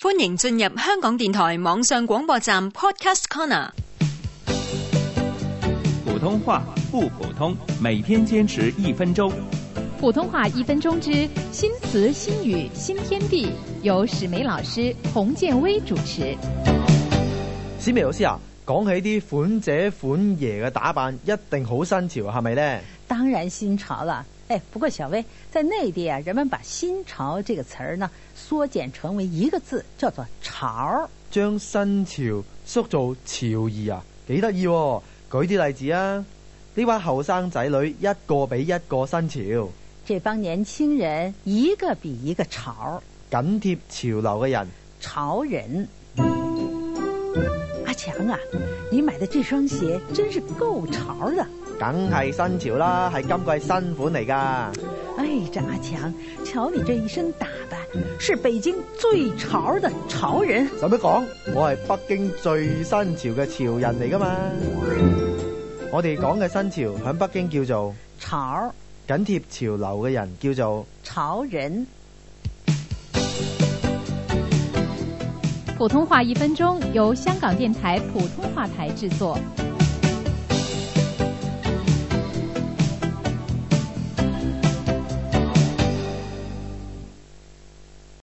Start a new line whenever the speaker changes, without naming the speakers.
歡迎進入香港電台網上廣播站 Podcast Corner。
普通話不普通，每天堅持一分鐘。
普通話一分鐘之新詞新語新天地，由史梅老師洪建威主持。
史美老師啊，講起啲款姐款爺嘅打扮，一定好新潮，啊係咪呢？
當然新潮了，哎，不過小薇，在內地啊，人們把“新潮”這個詞兒呢縮減成為一個字，叫做“潮
將新潮縮做潮兒啊，幾得意喎！舉啲例子啊，呢班後生仔女一個比一個新潮，”。
這幫年輕人一個比一個潮，
緊貼潮流嘅人。
潮人。阿強啊，你買的這雙鞋真是夠潮的。
梗係新潮啦，係今季新款嚟㗎。
哎，這阿強，瞧你這一身打扮，是北京最潮的潮人。
使乜講？我係北京最新潮嘅潮人嚟㗎嘛。我哋講嘅新潮喺北京叫做
潮
緊貼潮流嘅人叫做
潮人，
普通話一分鐘由香港電台普通話台製作。